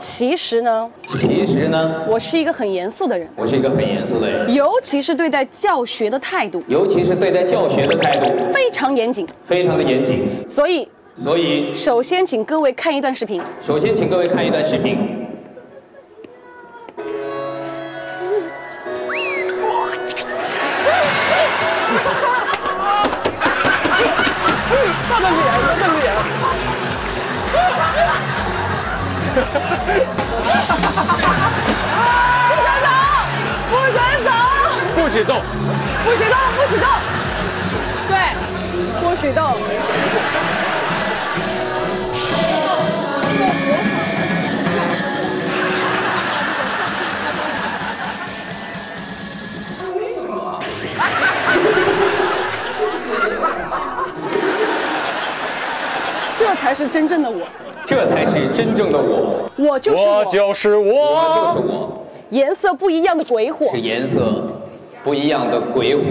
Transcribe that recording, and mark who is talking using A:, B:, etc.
A: 其实呢，
B: 其实呢，
A: 我是一个很严肃的人，
B: 我是一个很严肃的人，
A: 尤其是对待教学的态度
B: 尤其是对待教学的态度
A: 非常严谨。
B: 非常的严谨。
A: 所以，
B: 所以，
A: 首先请各位看一段视频，
B: 首先请各位看一段视频。
A: 不准走，
C: 不许动！
A: 不许动，不许动，对，不许动。这才是真正的我，
B: 这才是真正的我，
A: 我就是
C: 我
A: 我，
C: 就是
B: 我就
C: 我，
B: 是我，
A: 颜色不一样的鬼火
B: 是。颜色不一样的鬼火。